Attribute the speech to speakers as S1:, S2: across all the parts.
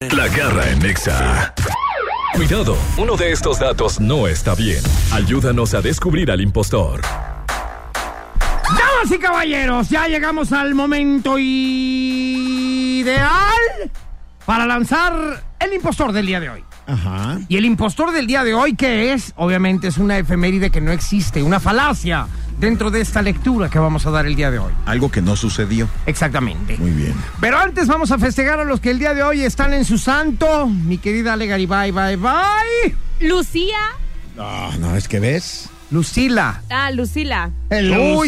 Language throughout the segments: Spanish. S1: mañana.
S2: La garra en Nexa. Cuidado, uno de estos datos no está bien. Ayúdanos a descubrir al impostor.
S3: Damas y caballeros, ya llegamos al momento ideal para lanzar el impostor del día de hoy.
S4: Ajá.
S3: Y el impostor del día de hoy, ¿qué es? Obviamente es una efeméride que no existe, una falacia dentro de esta lectura que vamos a dar el día de hoy.
S4: Algo que no sucedió.
S3: Exactamente.
S4: Muy bien.
S3: Pero antes vamos a festejar a los que el día de hoy están en su santo. Mi querida Ale Garibay, bye, bye.
S5: Lucía.
S4: No, Ah, no, es que ves.
S3: Lucila.
S5: Ah, Lucila.
S3: Uy,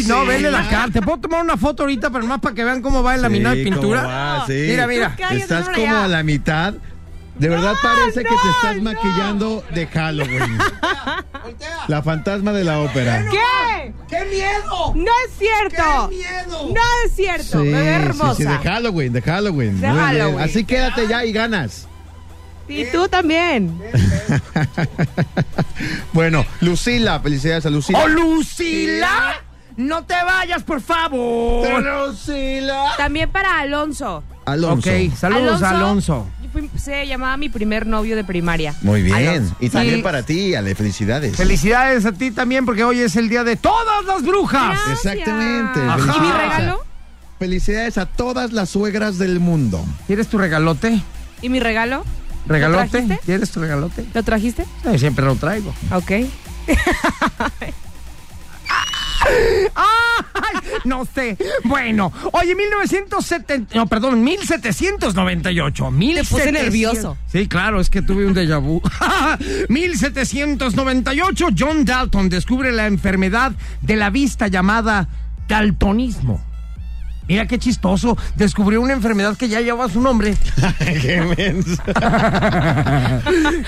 S3: no,
S4: Lucila.
S3: vele la cara. ¿Te puedo tomar una foto ahorita, pero más para que vean cómo va el laminado de
S4: Sí, cómo
S3: pintura?
S4: va, sí.
S3: Mira, mira.
S5: Cállate,
S4: Estás
S5: no,
S4: como
S5: ya.
S4: a la mitad. De verdad parece que te estás maquillando de Halloween. La fantasma de la ópera.
S5: ¿Qué?
S3: ¡Qué miedo!
S5: No es cierto. No es
S4: Sí,
S5: cierto. Bebé hermosa.
S4: sí, sí, de Halloween, de Halloween.
S5: De
S4: Muy bien.
S5: Halloween.
S4: Así quédate ya y ganas.
S5: Y tú también.
S4: Bueno, Lucila, felicidades a Lucila.
S3: ¡Oh, Lucila! ¡No te vayas, por favor!
S4: Lucila!
S5: También para Alonso.
S4: Alonso.
S3: Ok, saludos a Alonso.
S5: yo fui- se llamaba mi primer novio de primaria.
S4: Muy bien.
S3: Alonso.
S4: Y también
S3: Sí.
S4: para ti, Ale, felicidades.
S3: Felicidades a ti también, porque hoy es el día de todas las brujas.
S5: Gracias.
S4: Exactamente.
S5: Ajá.
S3: ¿Y mi
S4: Felicidades a-
S5: regalo?
S4: Felicidades a todas las suegras del mundo.
S3: ¿Quieres tu regalote?
S5: ¿Y mi regalo? ¿Lo
S3: ¿Regalote?
S5: trajiste?
S3: ¿Quieres tu regalote?
S5: ¿Lo trajiste?
S3: Eh, siempre lo traigo.
S5: Ok.
S3: ¡Ay! No sé. Bueno, oye, 1970. No, perdón, 1798.
S5: Te puse nervioso.
S3: Sí, claro, es que tuve un déjà vu. 1798, John Dalton descubre la enfermedad de la vista llamada daltonismo. Mira qué chistoso. Descubrió una enfermedad que ya llevaba su nombre.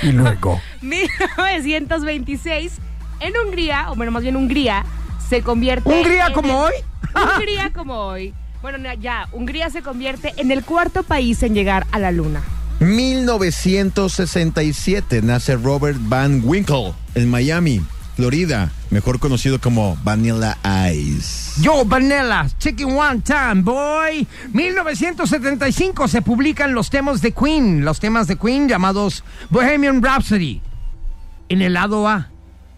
S3: y luego.
S5: 1926, en Hungría, o bueno, más bien Hungría, se convierte.
S3: ¿Hungría
S5: en
S3: como hoy?
S5: el- Hungría como hoy. Bueno, no, ya, Hungría se convierte en el cuarto país en llegar a la luna.
S4: 1967 nace Robert Van Winkle en Miami, Florida, mejor conocido como Vanilla Ice.
S3: Yo, Vanilla, Chicken One Time, boy. 1975 se publican los temas de Queen, los temas de Queen llamados Bohemian Rhapsody. En el lado A.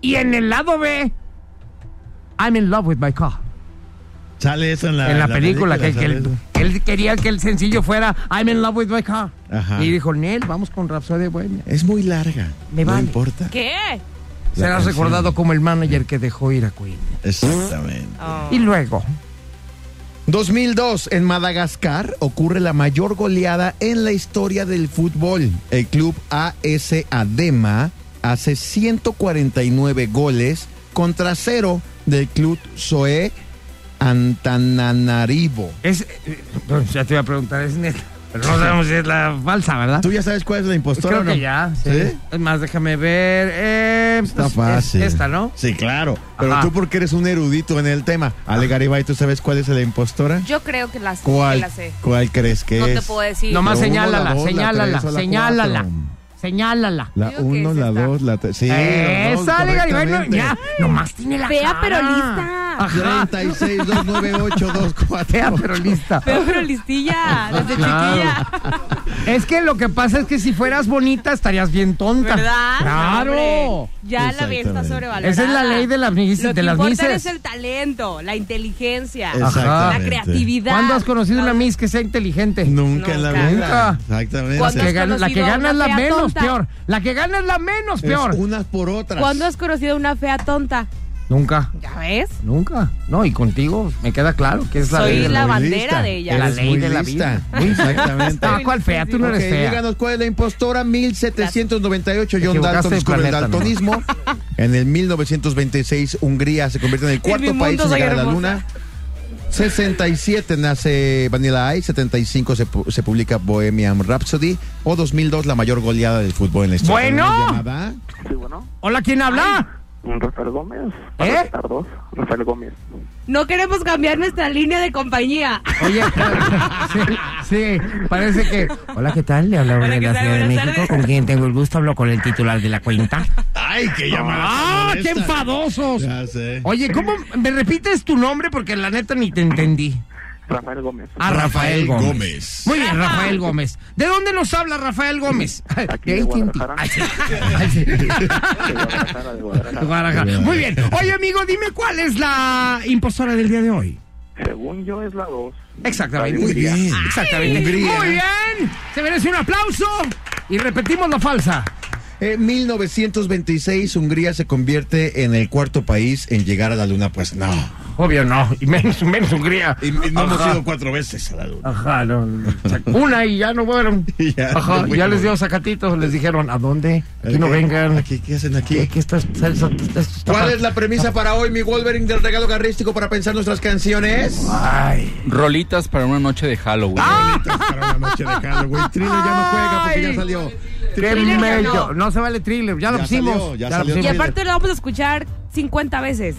S3: Y en el lado B, I'm in love with my car.
S4: Sale eso en Ah, la,
S3: en la, película, que- que,
S4: sale
S3: él, él quería que el sencillo fuera I'm in love with my car.
S4: Ajá.
S3: Y dijo, Nel, vamos con Rhapsody Bohemia.
S4: eso. Es muy larga.
S3: Me
S4: no
S3: vale.
S4: importa.
S5: ¿Qué?
S4: La
S3: Serás
S4: canción.
S3: recordado como el manager que dejó ir a Queen.
S4: Exactamente.
S5: Ah.
S3: Y luego,
S4: 2002 en Madagascar ocurre la mayor goleada en la historia del fútbol. El club AS Adema hace 149 goles contra cero del club Zoe Antananarivo.
S3: es. eh, bueno, ya te iba a preguntar, es neta. Pero no sabemos si es la falsa, ¿verdad?
S4: ¿Tú ya sabes cuál es la
S3: Creo
S4: impostora o Pues no?
S3: que ya, sí.
S4: ¿Sí?
S3: Es más, déjame ver. eh,
S4: Está
S3: pues, es
S4: fácil.
S3: esta, ¿no?
S4: Sí, claro. Pero
S3: Ajá.
S4: tú porque eres un erudito en el tema. Ale Garibay, ¿tú sabes cuál es la impostora?
S5: Yo creo que las, que
S4: ¿Cuál,
S5: las sé.
S4: ¿Cuál crees que
S5: No
S4: es?
S5: te puedo decir.
S3: Nomás
S4: Pero uno,
S3: señálala,
S4: la dos, la
S3: señálala,
S4: tres o la
S3: señálala.
S4: cuatro.
S3: Señálala.
S4: La
S5: Digo que
S4: 1,
S5: es
S4: la
S5: esta.
S4: 2, la 3. Sí.
S3: Esa, Ale Garibay, no,
S4: correctamente.
S3: ya, nomás tiene la
S5: Fea,
S3: cara.
S5: pero lista.
S3: Ajá.
S4: 36, 2, 9, 8, 2, 4.
S3: Fea, pero lista.
S5: Pero, pero listilla, desde
S3: Claro.
S5: chiquilla.
S3: Es que lo que pasa es que si fueras bonita estarías bien tonta.
S5: ¿Verdad?
S3: Claro.
S5: Hombre, ya la vida está
S4: Exactamente.
S5: sobrevalorada.
S3: Esa es la ley de las mises-
S5: Lo
S3: de
S5: que
S3: las
S5: importa
S3: mises.
S5: es el talento, la inteligencia,
S4: Exactamente.
S5: la creatividad.
S3: ¿Cuándo has conocido una
S5: Las-
S3: Miss que sea inteligente?
S4: Nunca en la
S5: Nunca.
S4: vida.
S3: Nunca.
S4: Exactamente.
S3: La que,
S5: has
S3: gana, la que
S5: conocido a
S3: gana es
S5: una
S3: la
S5: fea
S3: menos
S5: tonta?
S3: peor. La que gana es la menos
S4: Es
S3: peor.
S4: unas por otras.
S5: ¿Cuándo has conocido una fea tonta?
S3: Nunca.
S5: ¿Ya ves?
S3: Nunca. No, y contigo me queda claro que es la
S5: Soy
S3: ley de
S5: la
S3: la
S5: bandera
S4: lista.
S5: de ella.
S3: La
S4: Eres
S3: ley
S4: muy
S3: de la
S4: lista.
S3: vida.
S4: Exactamente.
S3: Ah, ¿cuál fea? Tú no
S4: Ok,
S3: eres fea.
S4: díganos cuál es la impostora. 1798, John
S3: Equivocaste
S4: Dalton
S3: de
S4: descubre el
S3: planeta, ¿no?
S4: daltonismo. En el 1926, Hungría se convierte en el cuarto
S5: mi
S4: país
S5: mundo
S4: en
S5: soy
S4: llegar a la
S5: hermosa.
S4: luna. 67 nace Vanilla Ice, 75 se, pu- se publica Bohemian Rhapsody o 2002 la mayor goleada del fútbol en la historia.
S3: Bueno.
S4: Una llamada.
S6: Sí, bueno,
S3: Hola, ¿quién habla?
S6: Rafael Gómez.
S3: ¿Eh?
S6: Para dos, Rafael Gómez.
S5: No queremos cambiar nuestra línea de compañía.
S3: Oye, sí, sí, parece que. Hola, ¿qué tal? Le hablaba
S5: Hola,
S3: de
S5: ¿qué
S3: la
S5: tal?
S3: Ciudad de
S5: Buenas
S3: México.
S5: tardes.
S3: ¿Con quien tengo el gusto? Hablo con el titular de la cuenta.
S4: Ay, qué llamada.
S3: ¡Ah,
S4: tan
S3: qué
S4: molesta.
S3: enfadosos!
S4: Ya sé.
S3: Oye, ¿cómo me repites tu nombre? Porque la neta ni te entendí.
S6: Rafael Gómez.
S3: A
S1: Rafael
S3: Rafael, Gómez.
S1: Gómez.
S3: Muy bien, Rafael Gómez. ¿De dónde nos habla Rafael Gómez?
S6: Aquí de
S3: AT&T.
S6: Guadalajara.
S3: Ay, sí. Ay, sí.
S6: De Guadalajara, de
S3: De
S6: Guadalajara.
S3: Guadalajara. Muy bien. Oye, amigo, dime cuál es la impostora del día de hoy.
S6: Según yo es la 2.
S3: Exactamente.
S1: Muy bien.
S3: Exactamente.
S4: Hungría.
S3: Muy bien. Se merece un aplauso. Y repetimos la falsa.
S4: En 1926, Hungría se convierte en el cuarto país en llegar a la luna. Pues no.
S3: Obvio no. Y menos, menos Hungría.
S1: Y, y no hemos
S3: Ajá.
S1: ido cuatro veces a la luna.
S3: Ajá, no, no. Una y ya no fueron.
S4: Y ya
S3: Ajá,
S4: no
S3: ya
S4: fueron.
S3: les dio sacatitos, les dijeron, ¿a dónde? Aquí no
S4: ¿Qué?
S3: vengan.
S4: Aquí, ¿Qué hacen aquí?
S3: Aquí está- está- está- está- está-
S4: ¿Cuál es la premisa para hoy, mi Wolverine del regalo carrístico para pensar nuestras canciones?
S3: Ay.
S7: Rolitas para una noche de Halloween.
S4: Ah. para una noche de Halloween. Trino ya no juega porque ya
S3: Ay.
S4: salió.
S3: Qué
S5: Thriller ya
S3: mello.
S5: no.
S3: No se vale thriller, ya lo
S4: Ya
S3: pusimos.
S4: salió, ya
S3: la
S4: salió
S5: Y
S3: pusimos.
S5: aparte lo vamos a escuchar 50 veces.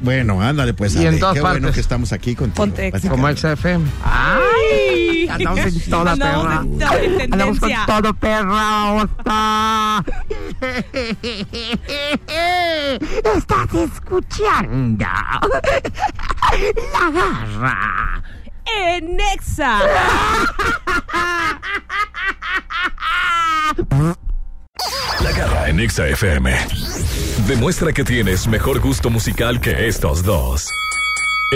S4: Bueno, ándale pues.
S3: Y en
S4: Ale,
S3: todas
S4: Qué bueno
S3: partes.
S4: que estamos aquí contigo.
S5: Ponte
S4: platicando.
S3: Como XFM.
S5: ¡Ay!
S3: Andamos en toda perra.
S5: Andamos en toda
S3: Andamos con
S5: tendencia.
S3: todo perra. osta. Estás escuchando la garra.
S5: En Nexa.
S2: La garra en Exa FM. Demuestra que tienes mejor gusto musical que estos dos.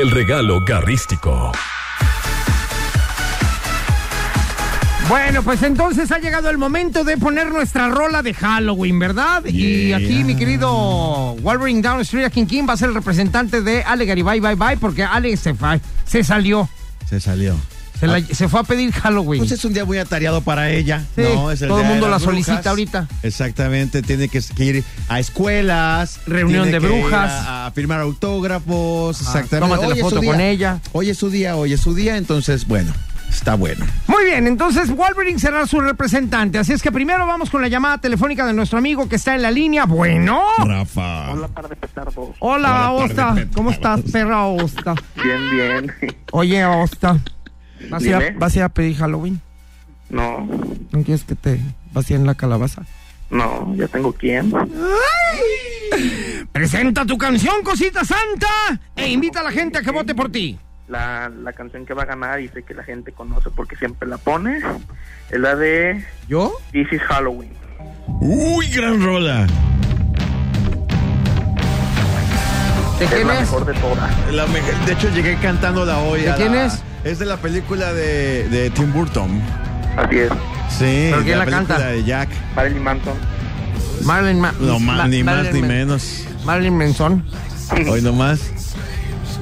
S2: El regalo garrístico.
S3: Bueno, pues entonces ha llegado el momento de poner nuestra rola de Halloween, ¿verdad? Y
S4: Yeah.
S3: aquí mi querido Wolverine Downstreet, King King, va a ser el representante de Ale Garibay, bye bye, porque Ale se, fa- se salió.
S4: Se salió.
S3: Se, la- se fue a pedir Halloween.
S4: Pues es un día muy atareado para ella.
S3: Sí,
S4: ¿no? Es
S3: todo el
S4: día de
S3: mundo
S4: las
S3: la solicita ahorita.
S4: Exactamente, tiene que, que ir a escuelas.
S3: Reunión
S4: tiene
S3: de
S4: que ir
S3: brujas.
S4: A, a firmar autógrafos. exactamente.
S3: tómate la
S4: Hoy es su
S3: foto
S4: día.
S3: con ella.
S4: Hoy es su día, hoy es su día, entonces, bueno, está bueno.
S3: Muy bien, entonces Wolverine será su representante. Así es que primero vamos con la llamada telefónica de nuestro amigo que está en la línea. Bueno.
S1: Rafa.
S6: Hola, par de petardos.
S3: Hola,
S1: Buenas tardes,
S3: Osta.
S1: Pepe.
S3: ¿Cómo estás, perra Osta?
S6: Bien, bien.
S3: Oye, Osta. ¿Vas, a ir a-
S6: Dime.
S3: vas a ir a pedir Halloween?
S6: No,
S3: ¿No quieres que te vacíen la calabaza?
S6: no, ya tengo quién.
S3: Presenta tu canción, cosita santa, e invita a la gente a que vote por ti.
S6: La, la canción que va a ganar y sé que la gente conoce porque siempre la pone es la de
S3: ¿Yo?
S6: This is Halloween.
S1: Uy, gran rola.
S3: ¿De
S6: Es
S3: quién
S6: la
S3: es?
S6: mejor de todas.
S4: La me- de hecho, llegué cantándola hoy.
S3: ¿De
S4: a la-
S3: quién es?
S4: Es de la película de, de Tim Burton.
S6: Así es.
S4: Sí,
S3: ¿Pero
S4: de
S3: quién la
S4: película
S3: canta?
S4: de Jack.
S6: Marilyn Manson.
S3: Marilyn Ma-
S4: No más,
S3: Ma-
S4: ni más
S3: Marilyn
S4: ni
S3: Men-
S4: menos.
S3: Marilyn Manson.
S4: Hoy nomás.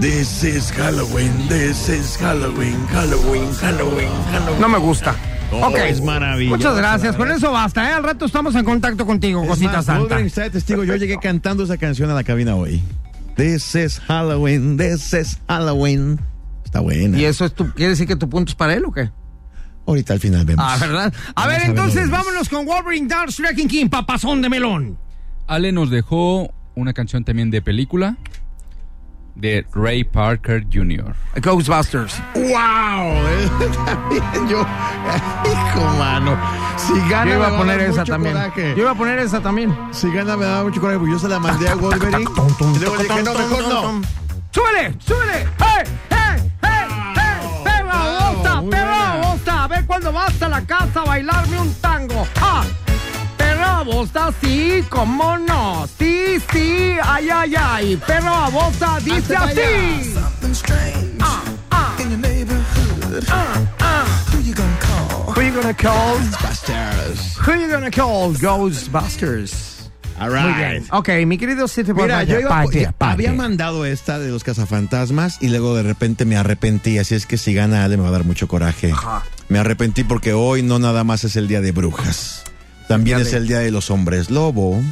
S1: This is Halloween, this is Halloween, Halloween, Halloween, Halloween.
S3: No me gusta.
S1: Oh,
S3: ok.
S1: es maravilloso.
S3: Muchas gracias. Con eso basta, ¿eh? Al rato estamos en contacto contigo,
S4: Es
S3: cosita
S4: más,
S3: santa.
S4: Wolverine está de testigo. Yo llegué cantando esa canción a la cabina hoy. This is Halloween, this is Halloween. Está buena.
S3: ¿Y eso es tu, quiere decir que tu punto es para él o qué?
S4: Ahorita al final vemos.
S3: Ah, ¿verdad? A
S4: Vamos
S3: ver,
S4: a verlo
S3: entonces
S4: nomás.
S3: vámonos con Wolverine Dark King King, papazón de melón.
S7: Ale nos dejó una canción también de película de Ray Parker Jr.
S3: Ghostbusters.
S4: ¡Wow! eh, También yo. eh, Hijo, mano. Si gana,
S3: Yo
S4: me
S3: iba
S4: va
S3: a poner
S4: dar
S3: esa
S4: mucho
S3: también.
S4: coraje.
S3: Yo iba a poner esa también.
S4: Si gana, me da mucho coraje. porque Yo se la mandé a Wolverine. Y luego le dije, no, mejor no.
S3: ¡Súbele! ¡Súbele! ¡Hey! ¡Hey! ¡Hey! ¡Hey! ¡Perra,
S4: Wow,
S3: bosta!
S4: muy
S3: ¡Perra,
S4: buena.
S3: bosta! A ver cuándo vas a la casa a bailarme un tango. ¡Ah! Perra bosta, sí, cómo no. Sí, sí, ay, ay, ay. Perra bosta dice
S4: Hazte para
S3: así. Ah, ah, ah, ah. Who you gonna call? Who you gonna call? Ghostbusters.
S4: All right.
S3: Muy bien. Ok, mi querido City Boy,
S4: Mira,
S3: vaya,
S4: yo iba-
S3: vaya, vaya.
S4: había mandado esta de los cazafantasmas y luego de repente me arrepentí. Así es que si gana Ale me va a dar mucho coraje. Me arrepentí porque hoy no nada más es el día de brujas. También
S3: Día
S4: es
S3: de-
S4: el día de los hombres lobo,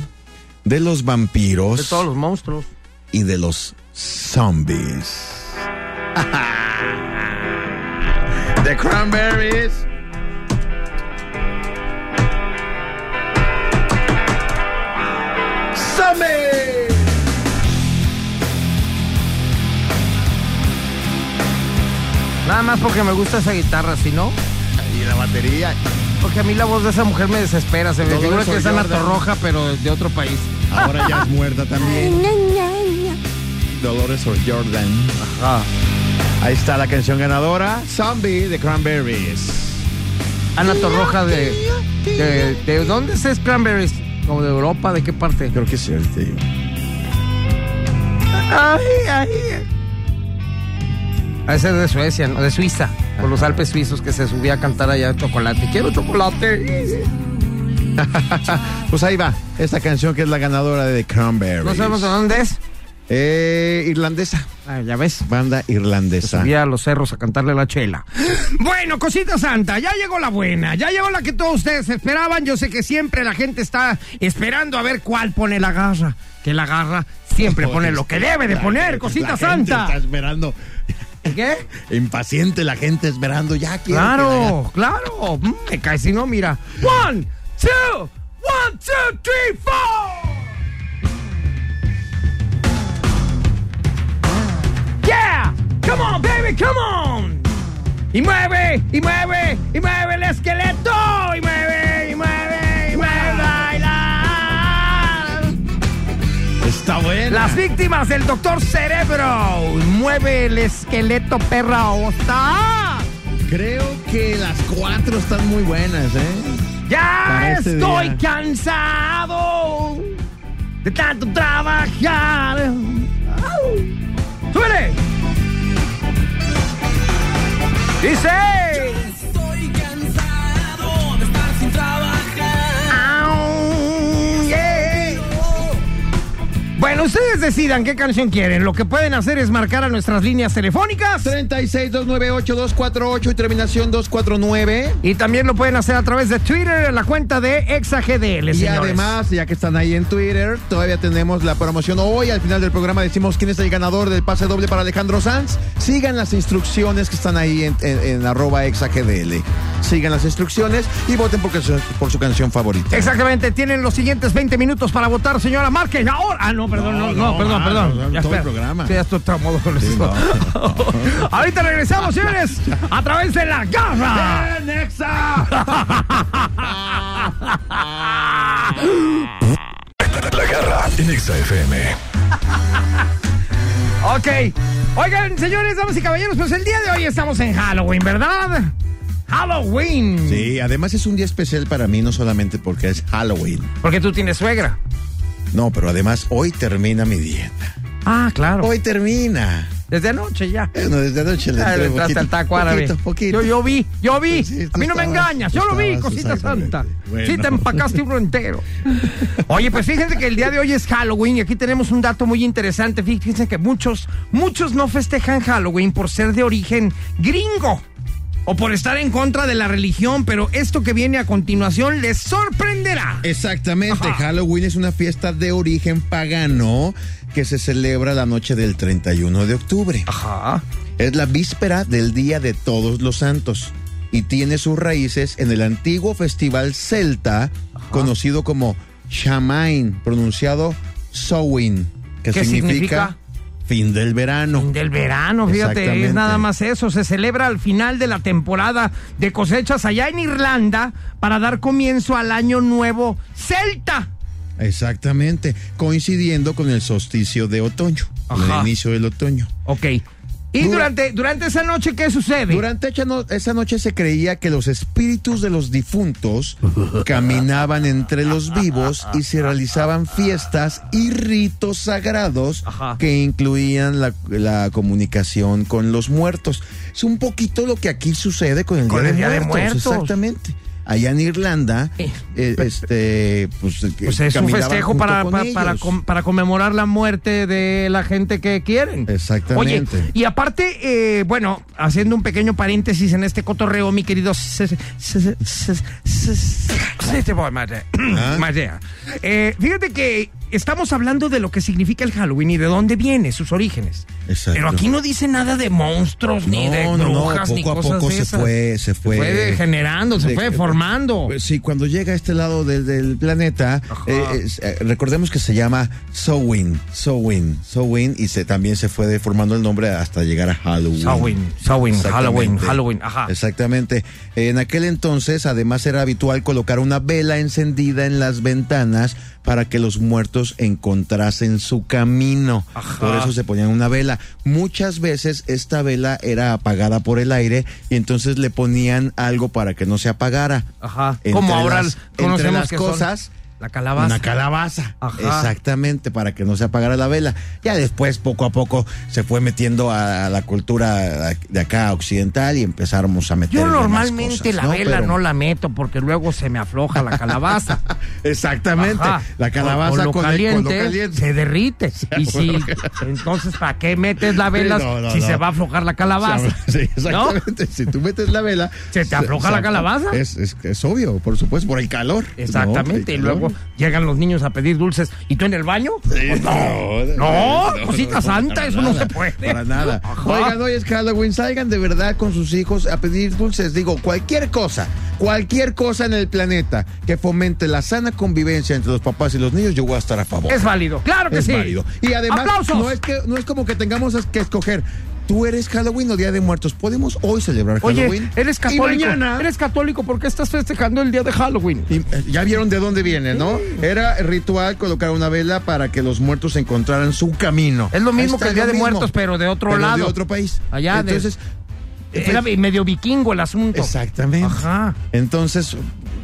S4: de los
S3: De
S4: vampiros
S3: todos los monstruos.
S4: y de los zombies. The Cranberries. Zombies.
S3: Nada más porque me gusta esa guitarra, si no.
S4: Y la batería.
S3: Porque a mí la voz de esa mujer me desespera. Se me
S4: Todo
S3: figura
S4: eso,
S3: que es Ana
S4: Jordan.
S3: Torroja, pero de otro país.
S4: Ahora ya es muerta también. Dolores O'Riordan. Ahí está la canción ganadora, Zombie de Cranberries.
S3: Ana Torroja de, de, de ¿dónde es Cranberries? ¿Como de Europa? ¿De qué parte?
S4: Creo que sí, ahorita digo.
S3: Ay, ay. A ese es de Suecia, ¿no? De Suiza. Por los Alpes suizos que se subía a cantar allá chocolate. Quiero chocolate.
S4: Pues ahí va, esta canción que es la ganadora de Cranberries.
S3: No sabemos de dónde es.
S4: Eh, irlandesa,
S3: Ah, ya ves.
S4: banda irlandesa.
S3: Subía a los cerros a cantarle la chela. Bueno, cosita santa, ya llegó la buena, ya llegó la que todos ustedes esperaban. Yo sé que siempre la gente está esperando a ver cuál pone la garra. Que la garra siempre pone lo que debe de poner, cosita
S4: Está
S3: santa.
S4: esperando.
S3: ¿Qué?
S4: Impaciente la gente esperando ya. quiero que la-
S3: Claro, claro. Mm, Me cae si no, mira. One, two, one, two, three, four. Yeah, come on, baby, come on. Y mueve, y mueve, y mueve el esqueleto. Y mueve, y mueve, y mueve, baila.
S4: Está buena.
S3: Las víctimas del doctor Cerebro. Mueve el esqueleto, perra. ¡Osta!
S4: Creo que las cuatro están muy buenas, ¿eh? Para
S3: Ya
S4: este
S3: estoy
S4: día.
S3: cansado de tanto trabajar. Au. ¡Súbele! Dice. Au, yeah. Bueno, ustedes decidan qué canción quieren. Lo que pueden hacer es marcar a nuestras líneas telefónicas.
S4: 36-298-248 y terminación 249.
S3: Y también lo pueden hacer a través de Twitter en la cuenta de ExaGDL.
S4: Y
S3: señores.
S4: además, ya que están ahí en Twitter, todavía tenemos la promoción. Hoy al final del programa decimos quién es el ganador del pase doble para Alejandro Sanz. Sigan las instrucciones que están ahí en, en- en arroba exagdl. Sigan las instrucciones y voten por, su- por su canción favorita.
S3: Exactamente, tienen los siguientes 20 minutos para votar, señora Márquez. Ahora. Ah, no, perdón, no, no,
S4: No, no,
S3: perdón,
S4: ah,
S3: perdón.
S4: no, no,
S3: Ya
S4: todo el
S3: espera.
S4: programa.
S3: Sí, ya estoy traumado con eso. Ahorita regresamos, señores, a través de la garra.
S2: La garra en Exa FM.
S3: Ok. Oigan, señores, damas y caballeros, pues el día de hoy estamos en Halloween, ¿verdad? Halloween.
S4: Sí, además es un día especial para mí, no solamente porque es Halloween.
S3: Porque tú tienes suegra.
S4: No, pero además hoy termina mi dieta.
S3: Ah, claro.
S4: Hoy termina.
S3: Desde anoche ya.
S4: Bueno, desde anoche le
S3: Ya
S4: entré
S3: le entraste
S4: poquito,
S3: al taco árabe.
S4: Poquito, poquito. Pues
S3: Yo, yo vi, yo vi.
S4: Sí, tú
S3: a mí no me
S4: estabas,
S3: engañas,
S4: tú
S3: yo lo vi,
S4: estabas,
S3: cosita
S4: exactamente.
S3: santa.
S4: Bueno.
S3: Sí, te empacaste uno entero. Oye, pues fíjense que el día de hoy es Halloween y aquí tenemos un dato muy interesante. Fíjense que muchos, muchos no festejan Halloween por ser de origen gringo o por estar en contra de la religión, pero esto que viene a continuación les sorprenderá.
S4: Exactamente,
S3: Ajá.
S4: Halloween es una fiesta de origen pagano que se celebra la noche del 31 de octubre.
S3: Ah. Ajá.
S4: Es la víspera del Día de Todos los Santos y tiene sus raíces en el antiguo festival celta conocido como Shamain, pronunciado Samhain, que
S3: ¿Qué significa?
S4: significa, fin del verano.
S3: Del verano, fíjate, es
S4: Exactamente.
S3: nada más eso. Se celebra al final de la temporada de cosechas allá en Irlanda para dar comienzo al año nuevo celta.
S4: Exactamente, coincidiendo con el solsticio de otoño, con
S3: Ajá.
S4: el inicio del otoño.
S3: Ok. Y
S4: Dura-
S3: durante, durante esa noche, ¿qué sucede?
S4: Durante esa, no- esa noche se creía que los espíritus de los difuntos caminaban entre los vivos y se realizaban fiestas y ritos sagrados
S3: Ajá.
S4: que incluían la, la comunicación con los muertos. Es un poquito lo que aquí sucede con el,
S3: Con
S4: Día,
S3: el
S4: de,
S3: Día de
S4: muertos,
S3: Muertos.
S4: Exactamente. Allá en Irlanda,
S3: Eh,
S4: eh, este, pues, eh,
S3: pues es un
S4: caminaban
S3: festejo
S4: junto
S3: para,
S4: con
S3: para, para
S4: ellos.
S3: com- para conmemorar la muerte de la gente que quieren.
S4: Exactamente.
S3: Oye, y aparte, eh, bueno, haciendo un pequeño paréntesis en este cotorreo, mi querido. se- se- se- se- se- se- te voy, Marea.
S4: Ah.
S3: Marea. Eh, Fíjate que estamos hablando de lo que significa el Halloween y de dónde viene, sus orígenes.
S4: Exacto.
S3: Pero aquí no dice nada de monstruos, ni
S4: No,
S3: de
S4: no, no,
S3: brujas, ni
S4: poco a
S3: cosas
S4: poco
S3: de
S4: se
S3: esas.
S4: fue- se fue-
S3: Se fue degenerando, se
S4: de-
S3: fue formando.
S4: Pues sí, cuando llega a este lado del, del planeta, eh, es- eh, recordemos que se llama Sowin, Sowin, Sowin, y se, también se fue deformando el nombre hasta llegar a Halloween.
S3: Samhain, Samhain,
S4: Exactamente.
S3: Halloween, Halloween, ajá.
S4: Exactamente. En aquel entonces, además, era habitual colocar una vela encendida en las ventanas para que los muertos opuestos encontrasen su camino.
S3: Ajá.
S4: Por eso se ponían una vela. Muchas veces esta vela era apagada por el aire y entonces le ponían algo para que no se apagara.
S3: Ajá.
S4: Entre
S3: Como ahora
S4: las-
S3: conocemos
S4: entre las
S3: que son
S4: cosas.
S3: la calabaza.
S4: Una calabaza.
S3: Ajá.
S4: Exactamente, para que no se apagara la vela. Ya después, poco a poco, se fue metiendo a, a la cultura de acá occidental y empezamos a meter.
S3: Yo normalmente la vela
S4: Pero-
S3: no la meto porque luego se me afloja la calabaza.
S4: Exactamente.
S3: Ajá.
S4: La calabaza
S3: lo
S4: con, el- con lo
S3: caliente
S4: caliente.
S3: se derrite. y si, entonces, ¿para qué metes la vela
S4: Sí, no, no,
S3: si
S4: no.
S3: se va a aflojar la calabaza?
S4: Sí, exactamente. Si tú metes la vela.
S3: ¿Se te afloja la calabaza?
S4: Es, es- es obvio, por supuesto, por el calor.
S3: Exactamente, y
S4: No, por el
S3: luego llegan los niños a pedir dulces. ¿Y tú en el baño? Pues no,
S4: calor.
S3: no, cosita santa,
S4: para
S3: eso no se
S4: nada,
S3: puede.
S4: Para nada.
S3: Ajá.
S4: Oigan, hoy es Halloween, salgan de verdad con sus hijos a pedir dulces. Digo, cualquier cosa, cualquier cosa en el planeta que fomente la sana convivencia entre los papás y los niños, yo voy a estar a favor.
S3: es válido, claro que
S4: es
S3: sí.
S4: válido. Y además,
S3: ¡Aplausos!
S4: no es, que, no es como que tengamos que escoger. Tú eres Halloween o Día de Muertos. Podemos hoy celebrar
S3: Oye,
S4: Halloween.
S3: eres católico.
S4: Y mañana.
S3: Eres católico, ¿por qué estás festejando el día de Halloween?
S4: y, eh, ya vieron de dónde viene, ¿no? Era ritual colocar una vela para que los muertos encontraran su camino.
S3: Es lo
S4: Ahí
S3: mismo
S4: está,
S3: que el
S4: es
S3: Día
S4: lo
S3: de
S4: mismo,
S3: Muertos, pero de otro
S4: pero De
S3: lado.
S4: otro país.
S3: Allá de-
S4: Entonces,
S3: Era medio vikingo el asunto.
S4: Exactamente.
S3: Ajá.
S4: Entonces,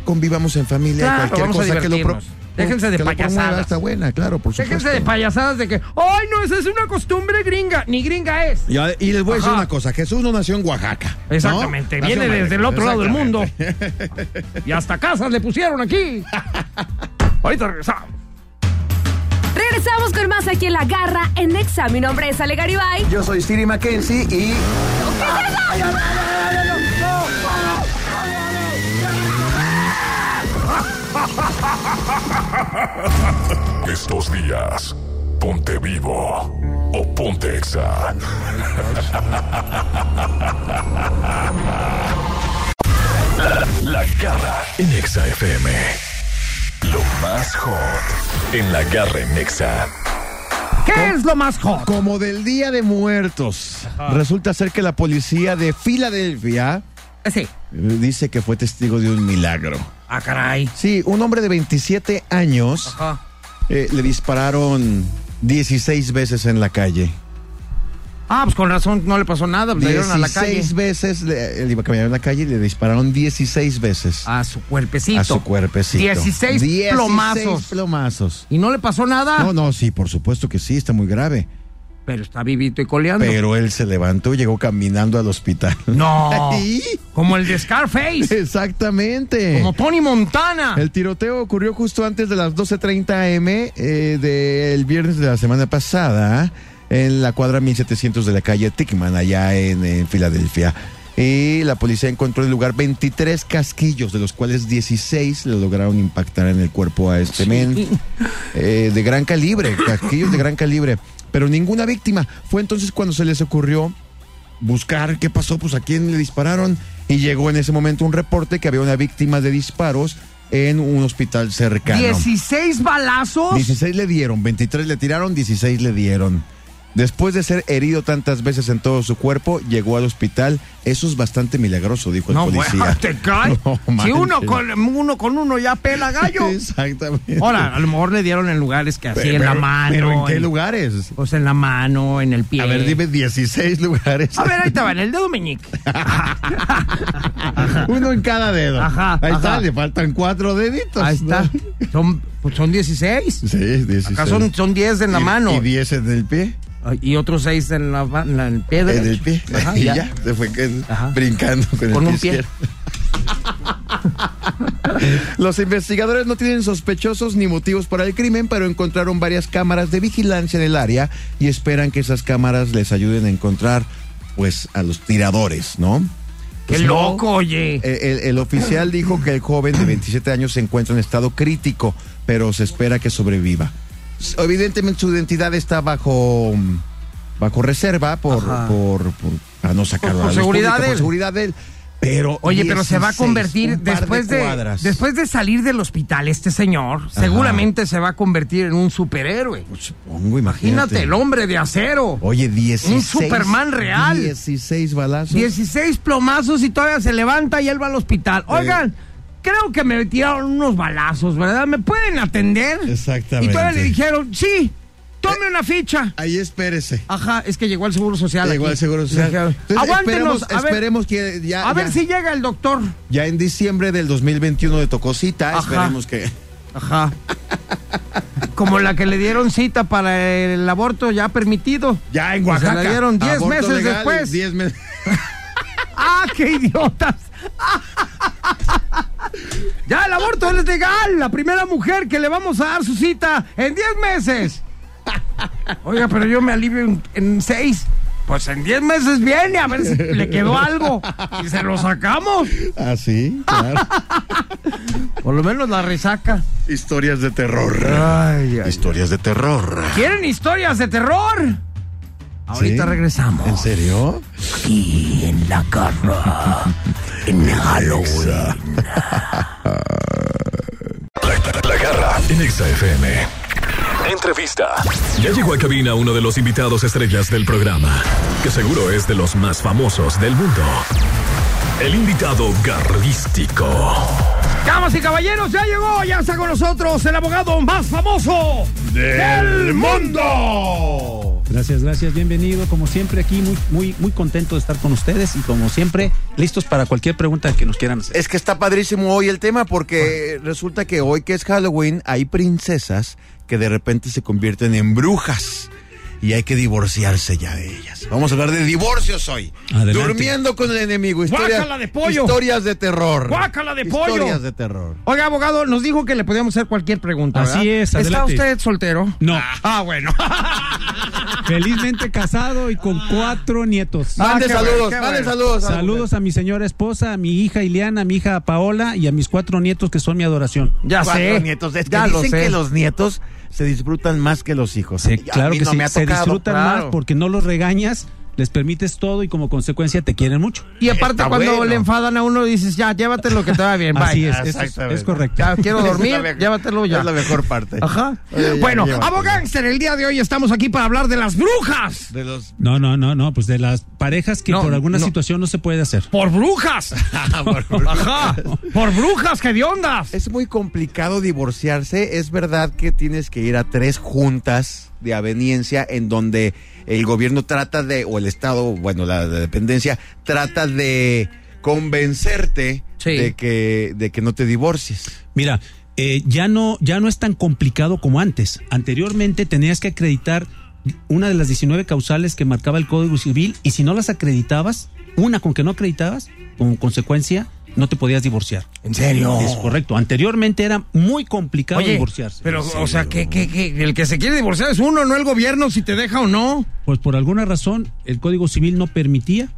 S4: convivamos en familia. y
S3: Claro,
S4: cualquier
S3: vamos a
S4: cosa que lo pro-
S3: divertirnos. Déjense de
S4: que lo promueva
S3: payasadas.
S4: Está buena, claro, por supuesto.
S3: Déjense de payasadas de que, ay, no, esa es una costumbre gringa. Ni gringa es.
S4: Y, a- y les voy a decir
S3: Ajá.
S4: una cosa, Jesús no nació en Oaxaca. ¿no?
S3: Exactamente,
S4: Nació
S3: viene
S4: en Madrid.
S3: desde el otro lado del
S4: Exactamente.
S3: mundo. Y hasta casas le pusieron aquí. Ahorita regresamos.
S8: Regresamos con más aquí en La Garra en Exa. Mi nombre es Ale Garibay.
S4: Yo soy Siri Mackenzie y...
S2: Estos días, ponte vivo o ponte exa. La, la garra en Exa FM. Lo más hot en la garra en Exa.
S3: ¿Qué es lo más hot?
S4: Como del Día de Muertos. Resulta ser que la policía de Filadelfia
S3: Sí.
S4: eh, dice que fue testigo de un milagro.
S3: Ah, caray.
S4: Sí, un hombre de 27 años
S3: Ajá.
S4: eh, le dispararon 16 veces en la calle.
S3: Ah, pues con razón no le pasó nada, pues le dieron a la calle.
S4: 16 veces, le- él iba caminando en la calle y le dispararon 16 veces
S3: A su cuerpecito.
S4: a su cuerpecito.
S3: 16 plomazos. Ah.
S4: plomazos.
S3: Y no le pasó nada.
S4: No, no, sí, por supuesto que sí, está muy grave.
S3: Pero está vivito y coleando.
S4: Pero él se levantó y llegó caminando al hospital.
S3: No.
S4: Sí.
S3: Como el de Scarface.
S4: Exactamente.
S3: como Tony Montana.
S4: Eh. El tiroteo ocurrió justo antes de las 12.30 am eh, del viernes de la semana pasada en la cuadra 1700 de la calle Tickman, allá en, en Filadelfia. Y la policía encontró en el lugar 23 casquillos, de los cuales 16 le lograron impactar en el cuerpo a este men. eh, de gran calibre, casquillos de gran calibre. Pero ninguna víctima. Fue entonces cuando se les ocurrió buscar qué pasó, pues a quién le dispararon. Y llegó en ese momento un reporte que había una víctima de disparos en un hospital cercano.
S3: 16 balazos.
S4: 16 le dieron, 23 le tiraron, 16 le dieron. Después de ser herido tantas veces en todo su cuerpo, llegó al hospital. Eso es bastante milagroso, dijo el
S3: no,
S4: policía.
S3: bueno, te cae.
S4: No,
S3: si
S4: manches.
S3: uno con uno con uno ya pela gallo.
S4: Exactamente.
S3: Ahora, a lo mejor le dieron en lugares que así,
S4: Pero-
S3: en la
S4: pero-
S3: mano.
S4: ¿Pero en qué lugares?
S3: Pues en la mano, en el pie.
S4: A ver, dime 16 lugares.
S3: A ver, ahí te va, en el dedo meñique.
S4: Uno en cada dedo.
S3: Ajá,
S4: Ahí está,
S3: ajá.
S4: le faltan cuatro deditos.
S3: Ahí
S4: ¿no?
S3: está. Son, pues son 16.
S4: Sí, 16.
S3: Acá son, son 10 en la
S4: Y-
S3: mano.
S4: Y 10 en el pie.
S3: Ay, Y otros seis en la, ba- en la- en el pie
S4: En
S3: derecho.
S4: el pie.
S3: Ajá,
S4: y
S3: ya.
S4: ya. se fue que-
S3: Ajá.
S4: brincando con,
S3: Con
S4: el
S3: un pie.
S4: izquierdo. Los investigadores no tienen sospechosos ni motivos para el crimen, pero encontraron varias cámaras de vigilancia en el área y esperan que esas cámaras les ayuden a encontrar, pues, a los tiradores, ¿no?
S3: ¡Qué
S4: Pues no.
S3: loco, oye!
S4: Eh, El, el oficial dijo que el joven de 27 años se encuentra en estado crítico, pero se espera que sobreviva. S- Evidentemente su identidad está bajo mm, bajo reserva por,
S3: Ajá.
S4: por, por- para no sacarlo
S3: Por- por
S4: a la luz
S3: seguridad
S4: pública,
S3: de él.
S4: por seguridad de él. Pero
S3: Oye, pero se va a
S4: 16,
S3: convertir
S4: un par
S3: después de,
S4: cuadras.
S3: después de salir del hospital este señor, seguramente se va a convertir en un superhéroe.
S4: Pues supongo, imagínate.
S3: Imagínate, el hombre de acero.
S4: Oye, 16
S3: Un Superman real.
S4: 16 balazos.
S3: 16 plomazos y todavía se levanta y él va al hospital. Oigan, creo que me tiraron unos balazos, ¿verdad? ¿Me pueden atender?
S4: Exactamente. Eh,
S3: Y todavía le dijeron, sí, tome una ficha.
S4: Ahí espérese.
S3: Ajá, es que llegó el Seguro Social.
S4: Llegó
S3: aquí.
S4: el Seguro Social. Entonces,
S3: Aguántenos,
S4: esperemos,
S3: a ver,
S4: esperemos que ya,
S3: a ver
S4: ya-
S3: si llega el doctor.
S4: ya en diciembre del 2021 de Tocosita,
S3: Ajá.
S4: esperemos que...
S3: Ajá. Como la que le dieron cita para el aborto ya permitido.
S4: Ya en
S3: Pues se la
S4: Oaxaca.
S3: dieron 10
S4: Aborto
S3: meses
S4: legal y
S3: después.
S4: 10 meses.
S3: ¡Ah, qué idiotas! ya el aborto es legal. La primera mujer que le vamos a dar su cita en 10 meses. Oiga, pero yo me alivio en- en 6. Pues en 10 meses viene a ver si le quedó algo. Y se lo sacamos.
S4: Ah, sí, claro.
S3: Por lo menos la resaca.
S4: Historias de terror.
S3: Ay, ay.
S4: Historias de terror.
S3: ¿Quieren historias de terror? Ahorita
S4: Sí.
S3: regresamos.
S4: ¿En serio?
S3: Aquí en la garra. En Halloween.
S2: La garra en Exa FM. Entrevista. Ya llegó a cabina uno de los invitados estrellas del programa, que seguro es de los más famosos del mundo. El invitado garrístico.
S3: Damas y caballeros, ya llegó, ya está con nosotros el abogado más famoso del mundo.
S9: Gracias, gracias, bienvenido. Como siempre aquí, muy, muy, muy contento de estar con ustedes y como siempre, listos para cualquier pregunta que nos quieran hacer.
S4: Es que está padrísimo hoy el tema porque resulta que hoy que es Halloween hay princesas que de repente se convierten en brujas y hay que divorciarse ya de ellas. Vamos a hablar de divorcios hoy.
S9: Adelante.
S4: Durmiendo con el enemigo.
S3: Guácala de pollo.
S4: Historias de terror.
S3: Guácala de pollo.
S4: Historias de terror.
S3: Oiga, abogado, nos dijo que le podíamos hacer cualquier pregunta.
S9: Así
S3: ¿verdad?
S9: es,
S3: ¿Está
S9: adelante.
S3: usted soltero?
S9: No,
S3: Ah, bueno.
S9: felizmente casado y con cuatro nietos.
S3: Ah,
S4: Mande
S3: qué bueno,
S4: saludos,
S3: qué
S4: mande
S3: bueno.
S4: saludos. a la
S9: Saludos a mi señora esposa, a mi hija Ileana, a mi hija Paola y a mis cuatro nietos que son mi adoración.
S3: ya
S4: cuatro
S3: sé.
S4: nietos. Es que
S3: ya lo
S4: dicen
S3: sé.
S4: que los nietos se disfrutan más que los hijos.
S9: Sí,
S4: Y a
S9: claro
S4: mí
S9: que
S4: no
S9: sí,
S4: me ha
S9: se
S4: tocado.
S9: disfrutan
S3: claro.
S9: más porque no los regañas, les permites todo y como consecuencia te quieren mucho.
S3: Y aparte
S4: Está
S3: cuando
S4: bueno.
S3: le enfadan a uno dices, ya, llévatelo que te va bien. Bye.
S9: Así es, eso es,
S4: exactamente.
S9: es correcto.
S3: Ya quiero
S4: Es la
S3: dormir,
S4: mejor-
S3: llévatelo ya.
S4: Es la mejor parte.
S3: Ajá.
S4: Oye, ya,
S3: bueno,
S4: llévatelo.
S3: abogánster, el día de hoy estamos aquí para hablar de las brujas.
S4: De los.
S9: No, no, no, no, pues de las parejas que
S3: No,
S9: por alguna
S3: no.
S9: situación no se puede hacer. Ah,
S3: Por brujas. Ajá. Por brujas, que de ondas.
S4: Es muy complicado divorciarse. Es verdad que tienes que ir a tres juntas de aveniencia en donde el gobierno trata de, o el Estado, bueno, la, la dependencia, trata de convencerte
S3: Sí.
S4: de, que, de que no te divorcies.
S9: Mira, eh, ya no, ya no es tan complicado como antes. Anteriormente tenías que acreditar una de las 19 causales que marcaba el Código Civil y si no las acreditabas, una con que no acreditabas, como consecuencia, no te podías divorciar.
S3: ¿En serio?
S9: Es correcto. Anteriormente era muy complicado
S3: Oye,
S9: divorciarse.
S3: Pero, o sea, que, que, que el que se quiere divorciar es uno, no el gobierno, si te deja o no.
S9: Pues por alguna razón el Código Civil no permitía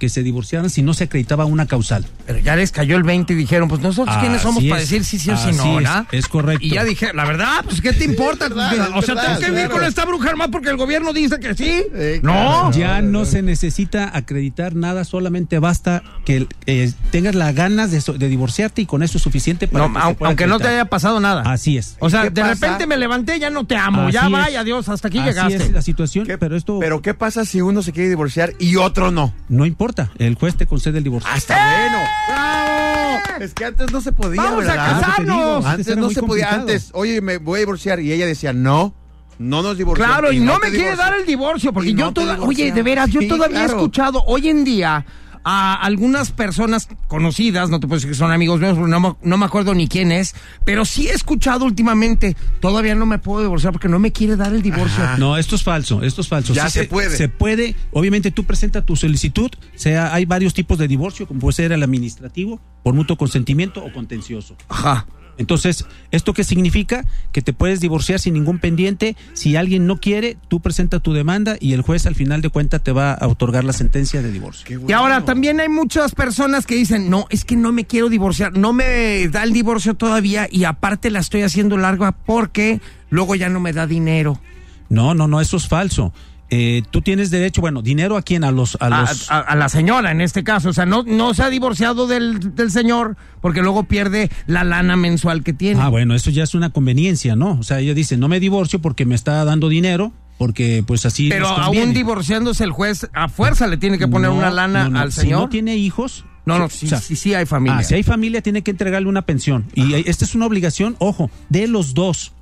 S9: que se divorciaran si no se acreditaba una causal.
S3: Pero ya les cayó el 20 y dijeron, pues nosotros quiénes
S9: Así
S3: somos para
S9: es,
S3: decir sí, sí o sí
S9: así
S3: no,
S9: es,
S3: ¿verdad?
S9: es correcto.
S3: Y ya dije, la verdad, pues ¿qué te importa?
S4: verdad,
S3: o
S4: es
S3: sea,
S4: verdad,
S3: tengo que vivir
S4: claro.
S3: con esta bruja más porque el gobierno dice que sí.
S4: Eh,
S3: no.
S4: claro.
S9: Ya no se necesita acreditar nada, solamente basta que eh, tengas las ganas de, so- de divorciarte y con eso es suficiente para
S3: No,
S9: que se
S3: au-
S9: pueda
S3: aunque no te
S9: acreditar.
S3: haya pasado nada.
S9: Así es.
S3: O sea,
S4: ¿Qué
S3: de
S4: pasa?
S3: repente me levanté, ya no te amo. ya
S9: Así es.
S3: vaya, adiós, hasta aquí
S9: Así
S3: llegaste.
S9: es la situación,
S4: ¿Qué-
S9: pero esto
S4: Pero ¿qué pasa si uno se quiere divorciar y otro no?
S9: no importa. El juez te concede
S3: Ah,
S9: el divorcio.
S4: Hasta bueno. ¡Bravo! Es que antes no se podía.
S3: ¡Eh! Vamos a
S4: ¿verdad?
S9: Es lo que te digo,
S3: casarnos.
S4: Antes,
S9: era
S4: no
S9: muy
S4: se podía.
S9: complicado.
S4: Antes, oye, me voy a divorciar. Y ella decía, no, no nos divorciamos.
S3: Claro, y no, me
S4: te
S3: quiere
S4: divorcias.
S3: dar el divorcio, porque
S4: Y
S3: yo
S4: no te
S3: toda- oye,
S4: divorcias.
S3: de veras, yo
S4: Sí,
S3: todavía he
S4: claro.
S3: escuchado hoy en día a algunas personas conocidas, no te puedo decir que son amigos míos, porque no, me- no me acuerdo ni quién es, pero sí he escuchado últimamente, todavía no me puedo divorciar porque no me quiere dar el divorcio.
S9: No, esto es falso, esto es falso.
S4: Ah. Ya se puede.
S9: Se puede, obviamente tú presentas tu solicitud, sea, hay varios tipos de divorcio, como puede ser el administrativo, por mutuo consentimiento o contencioso.
S3: Ajá.
S9: Entonces, ¿esto qué significa? Que te puedes divorciar sin ningún pendiente. Si alguien no quiere, tú presentas tu demanda y el juez al final de cuentas te va a otorgar la sentencia de divorcio.
S4: Qué
S3: Y ahora
S4: bueno.
S3: también hay muchas personas que dicen, no, es que no me quiero divorciar, no me da el divorcio todavía y aparte la estoy haciendo larga porque luego ya no me da dinero.
S9: No, no, no, eso es falso. Eh, tú tienes derecho, bueno, dinero a quién, a los...
S4: Ah,
S9: A
S3: a,
S9: los
S3: a- a la señora en este caso. O sea, no, no se ha divorciado del, del señor porque luego pierde la lana mensual que tiene.
S9: Ah, bueno, eso ya es una conveniencia, ¿no? O sea, ella dice, no me divorcio porque me está dando dinero, porque pues así...
S3: Pero
S9: nos
S3: aún
S9: conviene".
S3: divorciándose el juez a fuerza le tiene que poner
S9: No,
S3: una lana
S9: no, no.
S3: al
S9: Si no
S3: señor.
S9: tiene hijos,
S3: No, no,
S9: O
S3: sí,
S9: sea,
S3: sí, sí hay familia.
S9: Ah, si hay familia, tiene que entregarle una pensión. Y eh, esta es una obligación, ojo, de los dos.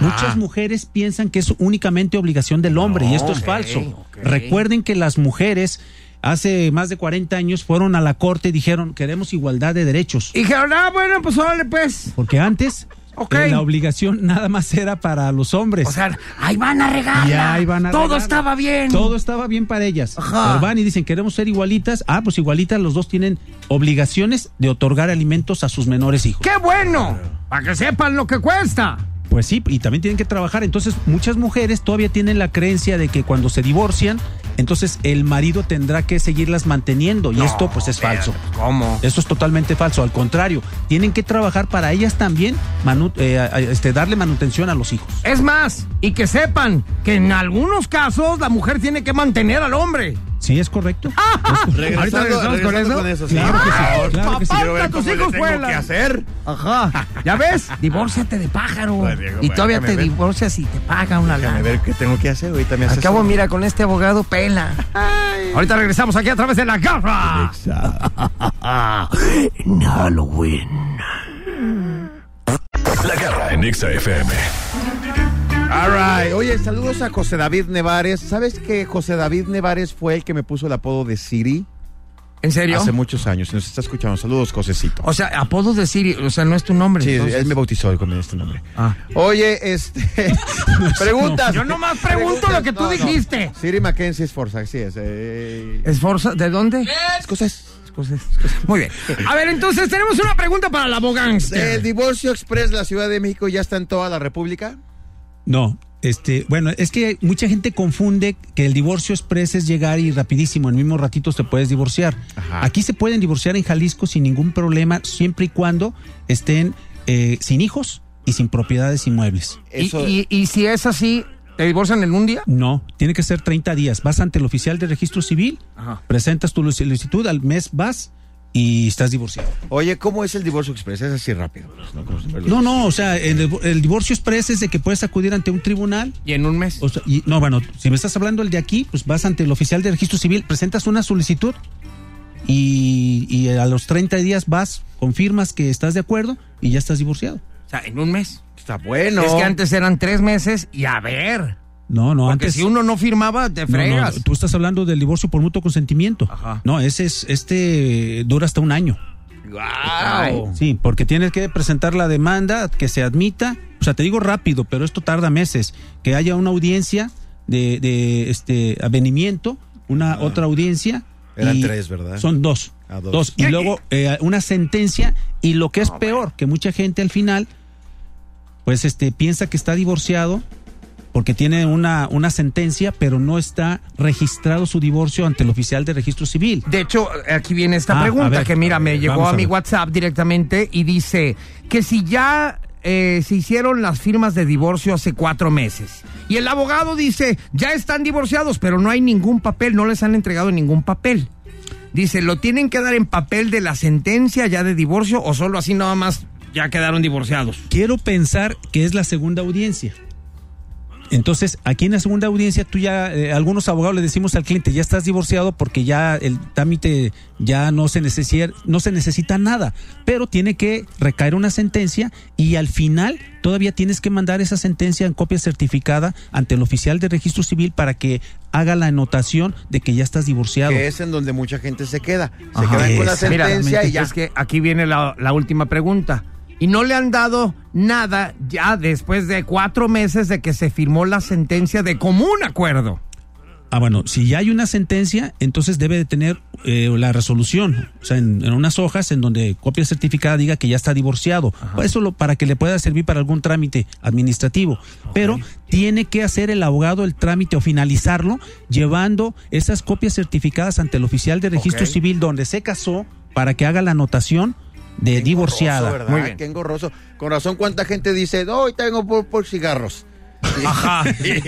S9: Muchas mujeres piensan que es únicamente obligación del hombre y esto es
S3: ok,
S9: falso.
S3: ok.
S9: Recuerden que las mujeres hace más de 40 años fueron a la corte y dijeron, queremos igualdad de derechos.
S3: Y dijeron, ah, bueno, pues órale, pues.
S9: Porque antes
S3: Ok.
S9: eh, la obligación nada más era para los hombres.
S3: O sea, ahí van a regarla.
S9: Y ahí van a
S3: Todo
S9: regarla.
S3: estaba bien.
S9: Todo estaba bien para ellas.
S3: Ajá.
S9: Pero van y dicen, queremos ser igualitas. Ah, pues igualitas, los dos tienen obligaciones de otorgar alimentos a sus menores hijos.
S3: ¡Qué bueno! Para que sepan lo que cuesta.
S9: Pues sí, y también tienen que trabajar. Entonces, muchas mujeres todavía tienen la creencia de que cuando se divorcian, entonces el marido tendrá que seguirlas manteniendo. Y esto, pues, es falso.
S3: ¿Cómo?
S9: Esto es totalmente falso. Al contrario, tienen que trabajar para ellas también, manu- eh, a- a- este, darle manutención a los hijos.
S3: Es más, y que sepan que en algunos casos la mujer tiene que mantener al hombre.
S9: Sí, es correcto.
S3: Ahorita regresamos con eso. Ah,
S1: sí.
S9: Claro que sí,
S1: Ahora,
S9: claro que sí.
S1: Quiero ver
S3: Tus
S1: cómo le
S3: hijos
S1: tengo
S3: vuelan.
S1: que hacer.
S3: Ajá. ¿Ya ves? Divórciate de pájaro.
S1: Bueno, Diego,
S3: y
S1: bueno,
S3: todavía
S1: déjame
S3: te
S1: ver.
S3: divorcias y te paga una
S1: Déjame
S3: lana.
S1: ver qué tengo que hacer. Ahorita me
S3: Al
S1: haces.
S3: cabo,
S1: un-
S3: mira, con este abogado pela. Ahorita regresamos aquí a través de la garra. En Halloween.
S2: La garra en Exa FM.
S4: All right. Oye, saludos a José David Nevares. ¿Sabes que José David Nevares fue el que me puso el apodo de Siri
S3: ¿En serio?
S4: hace muchos años? Si nos está escuchando, saludos, Josecito.
S3: O sea, apodos de Siri, o sea, no es tu nombre.
S4: Sí,
S3: entonces.
S4: él me bautizó con este nombre.
S3: Ah.
S4: Oye, este. preguntas.
S3: Yo nomás pregunto lo que tú dijiste.
S4: Siri Mackenzie Esforza, así es. eh,
S3: Esforza, ¿de dónde?
S4: Escocés.
S3: Escocés. Muy bien. A ver, entonces tenemos una pregunta para la
S4: ¿El
S3: abogánster.
S4: divorcio express de la Ciudad de México ya está en toda la República?
S9: No, este, bueno, es que mucha gente confunde que el divorcio express es llegar y rapidísimo, en el mismo ratito te puedes divorciar.
S4: Ajá.
S9: Aquí se pueden divorciar en Jalisco sin ningún problema, siempre y cuando estén eh, sin hijos y sin propiedades inmuebles.
S3: Y,
S4: Eso.
S3: y- y si es así, ¿te divorcian en un día?
S9: No, tiene que ser 30 días. Vas ante el oficial de registro civil,
S3: Ajá.
S9: presentas tu solicitud, al mes vas y estás divorciado.
S4: Oye, ¿cómo es el divorcio express? Es así rápido. pues, ¿no? Como siempre lo-
S9: No, no, o sea, el, el divorcio express es de que puedes acudir ante un tribunal
S3: Y en un mes.
S9: O sea, y- no, bueno, si me estás hablando el de aquí, pues vas ante el oficial de registro civil, presentas una solicitud y, y a los 30 días vas, confirmas que estás de acuerdo y ya estás divorciado.
S3: O sea, en un mes.
S4: Está bueno.
S3: Es que antes eran tres meses y a ver.
S9: No, no,
S3: Porque
S9: antes.
S3: si uno no firmaba, te
S9: No, no,
S3: fregas.
S9: tú estás hablando del divorcio por mutuo consentimiento.
S3: Ajá.
S9: No, ese es, este dura hasta un año.
S3: Ay.
S9: Sí, porque tienes que presentar la demanda, que se admita. O sea, te digo rápido, pero esto tarda meses. Que haya una audiencia de, de, este avenimiento, una otra audiencia.
S4: Eran
S9: y
S4: tres, ¿verdad?
S9: Son dos.
S4: Ah, dos.
S9: dos. Y luego eh, una sentencia. Y lo que es peor, que mucha gente al final, pues este, piensa que está divorciado porque tiene una, una sentencia, pero no está registrado su divorcio ante el oficial de registro civil.
S3: De hecho, aquí viene esta
S9: Ah,
S3: pregunta
S9: a ver,
S3: que mira,
S9: a
S3: me
S9: ver,
S3: llegó
S9: vamos
S3: a,
S9: a
S3: mi
S9: ver.
S3: WhatsApp directamente y dice que si ya eh, se hicieron las firmas de divorcio hace cuatro meses y el abogado dice, ya están divorciados, pero no hay ningún papel, no les han entregado ningún papel. Dice, ¿lo tienen que dar en papel de la sentencia ya de divorcio o solo así nada más ya quedaron divorciados?
S9: quiero pensar que es la segunda audiencia. Entonces, aquí en la segunda audiencia, tú ya, eh, algunos abogados le decimos al cliente, ya estás divorciado porque ya el trámite ya no se, necesita, no se necesita nada, pero tiene que recaer una sentencia y al final todavía tienes que mandar esa sentencia en copia certificada ante el oficial de registro civil para que haga la anotación de que ya estás divorciado.
S4: Que es en donde mucha gente se queda. Se
S9: Ajá.
S4: quedan con la
S9: Exactamente.
S4: sentencia y ya.
S3: Es que aquí viene la, la última pregunta. Y no le han dado nada ya después de cuatro meses de que se firmó la sentencia de común acuerdo.
S9: Ah, bueno, si ya hay una sentencia, entonces debe de tener eh, la resolución, o sea, en, en unas hojas en donde copia certificada diga que ya está divorciado. Eso lo, para que le pueda servir para algún trámite administrativo. Pero tiene que hacer el abogado el trámite o finalizarlo llevando esas copias certificadas ante el oficial de registro
S3: Ok.
S9: civil donde se casó para que haga la anotación
S4: Qué
S9: de
S4: engorroso,
S9: divorciada.
S4: ¿verdad?
S3: Muy bien.
S4: Qué engorroso. Con razón, ¿cuánta gente dice, no, hoy tengo por, por cigarros?
S3: Ajá. Ahí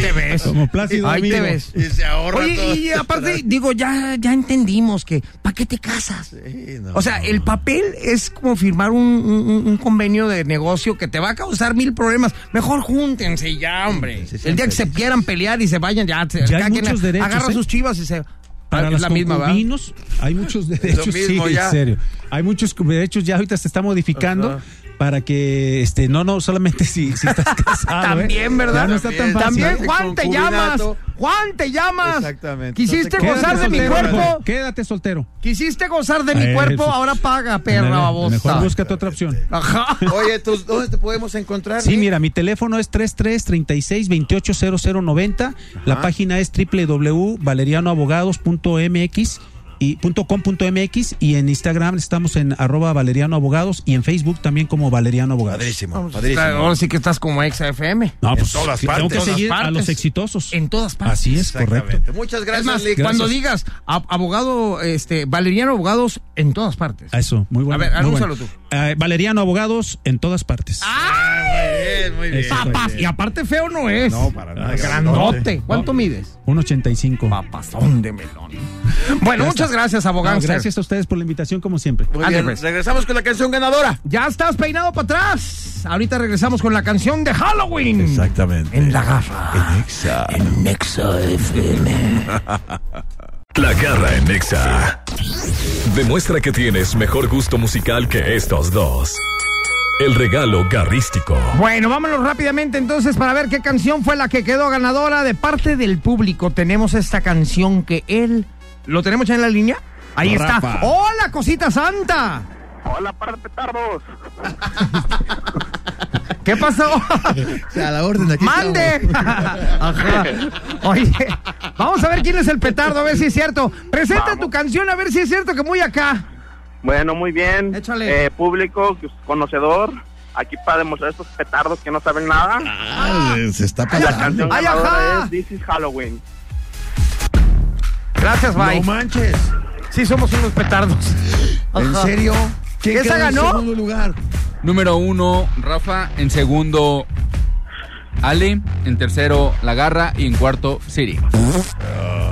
S3: te ves.
S9: Como Plácido
S3: Ahí te
S9: Domingo.
S3: ves.
S4: Y se ahorra todo.
S3: Oye, y aparte, digo, ya, ya entendimos que, ¿para qué te casas?
S4: Sí, no.
S3: O sea, eh, el papel es como firmar un, un- un convenio de negocio que te va a causar mil problemas. Mejor júntense y ya, hombre.
S4: Sí, sí,
S3: el día que se
S4: sí.
S3: quieran pelear y se vayan, ya, se-
S9: Ya hay
S3: cada quien
S9: muchos derechos,
S3: agarra
S9: ¿eh?
S3: sus chivas y se... Ah,
S9: Para
S3: es
S9: los
S3: la misma, ¿verdad?
S9: concubinos hay muchos derechos,
S1: mismo,
S9: sí,
S1: ya.
S9: en serio. Hay muchos derechos ya ahorita se está modificando
S1: Ajá.
S9: para que este no no solamente si, si estás casado, ¿eh?
S3: También, ¿verdad?
S9: Ya no está tan
S3: También, También,
S9: fácil.
S3: Juan, te llamas.
S1: Concubinato.
S3: Juan, te llamas.
S4: Exactamente.
S3: Quisiste
S4: Entonces,
S3: gozar de mi
S9: soltero,
S3: cuerpo.
S9: mejor. Quédate soltero.
S3: Quisiste gozar de mi
S9: Eh,
S3: cuerpo.
S9: sí.
S3: Ahora paga, perra
S9: Mejor-
S3: babosa.
S9: Mejor búscate otra opción.
S3: Ajá.
S4: Oye, ¿tú- ¿dónde te podemos encontrar?
S9: Sí,
S4: Nick?
S9: mira, mi teléfono es 3336-280090. La página es www.valerianoabogados.mx y punto com punto mx y en Instagram estamos en arroba valeriano abogados y en Facebook también como valeriano abogados.
S4: Padrísimo,
S3: Ahora sí que estás como ex FM.
S9: No, pues
S4: todas
S9: que tengo que
S4: partes.
S9: seguir a
S3: Partes.
S9: los exitosos.
S3: En todas partes.
S9: Así es, correcto.
S4: Exactamente. Muchas
S3: Es
S4: gracias,
S3: más,
S4: Nick.
S3: cuando digas ab- abogado, este, Valeriano Abogados en todas partes.
S9: A Eso, muy bueno.
S3: A ver,
S9: muy bueno.
S3: anúncialo tú. Ah,
S9: Eh, valeriano abogados en todas partes.
S3: ¡Ay!
S4: Muy bien.
S9: Exacto.
S3: Papas. Y aparte feo no es.
S4: Ah, No, para nada.
S3: Grandote. ¿Cuánto mides?
S9: Un 85.
S3: Papazón de melón. Bueno, muchas gracias, abogado.
S9: No, gracias a ustedes por la invitación como siempre.
S4: Muy
S3: Ándale,
S4: bien.
S3: pues.
S4: Regresamos con la canción ganadora.
S3: Ya estás peinado para atrás. Ahorita regresamos con la canción de Halloween.
S1: Exactamente.
S3: En la garra.
S1: En Exa.
S3: En Nexa FM.
S2: La garra en Nexa. Demuestra que tienes mejor gusto musical que estos dos. El regalo garrístico.
S3: Bueno, vámonos rápidamente entonces para ver qué canción fue la que quedó ganadora de parte del público. Tenemos esta canción que él. ¿Lo tenemos ya en la línea? Ahí
S4: Rafa.
S3: está. ¡Hola, cosita santa!
S6: Hola, par de petardos.
S3: ¿Qué pasó?
S4: O sea, a la orden aquí.
S3: ¡Mande! Ajá. Oye, vamos a ver quién es el petardo, a ver si es cierto. Presenta
S6: Vamos.
S3: tu canción, a ver si es cierto que muy acá.
S6: Bueno, muy bien.
S3: Échale.
S6: Eh, público conocedor. Aquí para demostrar estos petardos que no saben nada.
S4: se está
S6: La
S3: ajá.
S6: canción
S3: Ay,
S6: ganadora
S3: ajá.
S6: es This is Halloween.
S3: Gracias, bye.
S4: No manches.
S3: sí, somos unos petardos.
S4: ¿En
S3: Ajá.
S4: serio? ¿Quién
S3: ¿Esa
S4: quedó en
S3: ganó?
S4: segundo lugar?
S7: Número uno, Rafa. En segundo, Ale. En tercero, La Garra. Y en cuarto, Siri.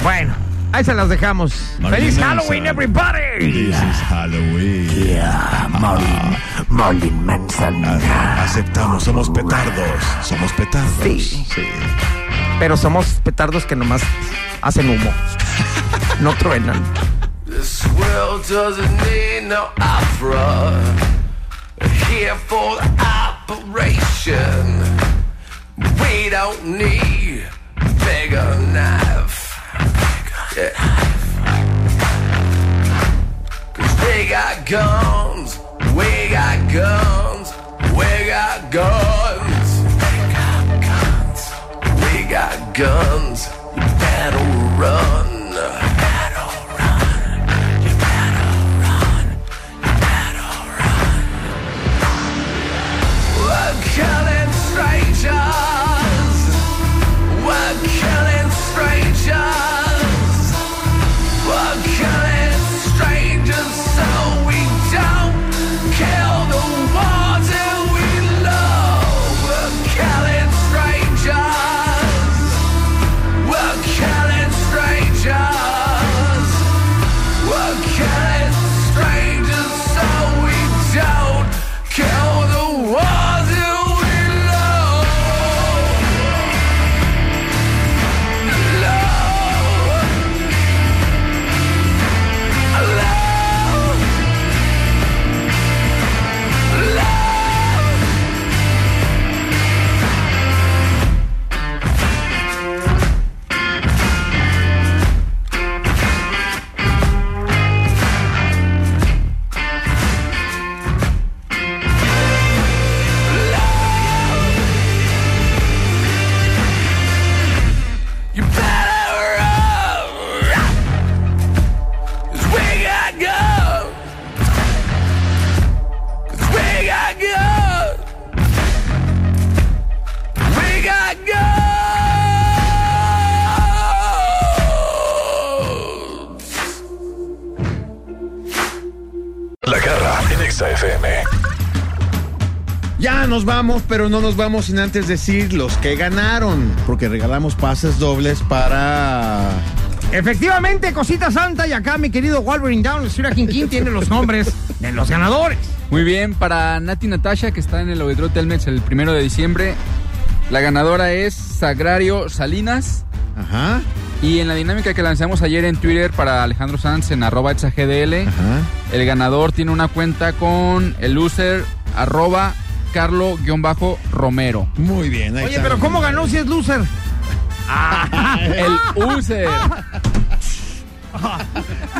S3: Bueno, ahí se las dejamos. ¡Feliz
S1: Marina,
S3: Halloween,
S1: Sara.
S3: everybody!
S1: This is Halloween. Ah, Aceptamos, somos petardos. Somos petardos.
S3: Sí. Pero somos petardos que nomás hacen humo. No truenan.
S10: This world doesn't need no opera. Here for the operation. We don't need a bigger knife. Yeah. 'Cause they got guns, we got guns, we got guns. They got guns, we got guns. You better run. Better run. You better run. You better run. We're killing strangers. We're killing strangers. We're killing strangers so we don't kill the ones that we love. We're killing strangers. We're killing strangers. We're killing strangers so we don't kill the ones that we love. Love. You better run. Cause we got guns. Cause we got guns. We got guns.
S2: La garra en Exa FM.
S4: Ya nos vamos, pero no nos vamos sin antes decir los que ganaron. Porque regalamos pases dobles para.
S3: Efectivamente, Cosita Santa y acá mi querido Wolverine Down, el señor King tiene los nombres de los ganadores.
S7: Muy bien, para Nati Natasha, que está en el Obedro Telmex el primero de diciembre. La ganadora es Sagrario Salinas.
S4: Ajá.
S7: Y en la dinámica que lanzamos ayer en Twitter para Alejandro Sanz en arroba hexagdl, el ganador tiene una cuenta con el user arroba carlo-romero.
S4: Muy bien,
S3: Oye, pero ¿cómo ganó si es loser?
S7: el user.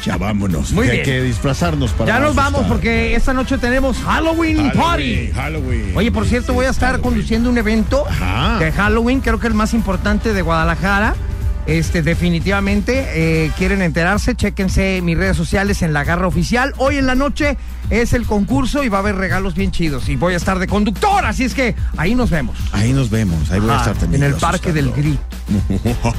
S4: Ya vámonos.
S3: Muy
S4: Hay
S3: bien.
S4: que disfrazarnos para.
S3: ya nos vamos
S4: asustar.
S3: porque esta noche tenemos Halloween, Party.
S4: Halloween, Halloween.
S3: Oye, por cierto, voy a estar conduciendo un evento
S4: Ajá.
S3: de Halloween, creo que el más importante de Guadalajara. Este, definitivamente, eh, quieren enterarse, chéquense mis redes sociales en la garra oficial. Hoy en la noche es el concurso y va a haber regalos bien chidos. Y voy a estar de conductor, así es que ahí nos vemos.
S4: Ahí nos vemos. Ahí voy a
S3: Ajá,
S4: estar también.
S3: en el
S4: yo
S3: Parque del
S4: asustando.
S3: Grito.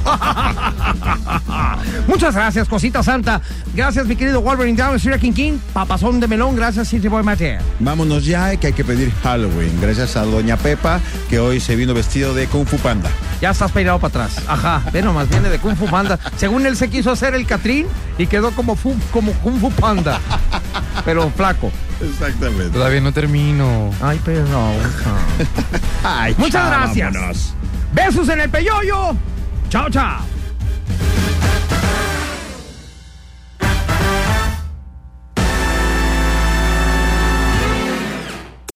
S3: Muchas gracias, Cosita Santa. Gracias, mi querido Wolverine Down, Sir King King, Papazón de Melón, gracias, City Boy Mate.
S4: Vámonos ya, eh, que hay que pedir Halloween. Gracias a Doña Pepa, que hoy se vino vestido de Kung Fu Panda.
S3: Ya estás peinado para atrás. Ajá, ve nomás, viene de Kung Fu Panda. Según él se quiso hacer el Catrín y quedó como, fu- como Kung Fu Panda. Pero flaco.
S4: Exactamente.
S11: Todavía no termino.
S3: Ay, pero no. Muchas gracias. Besos en el peyoyo. Chao, chao.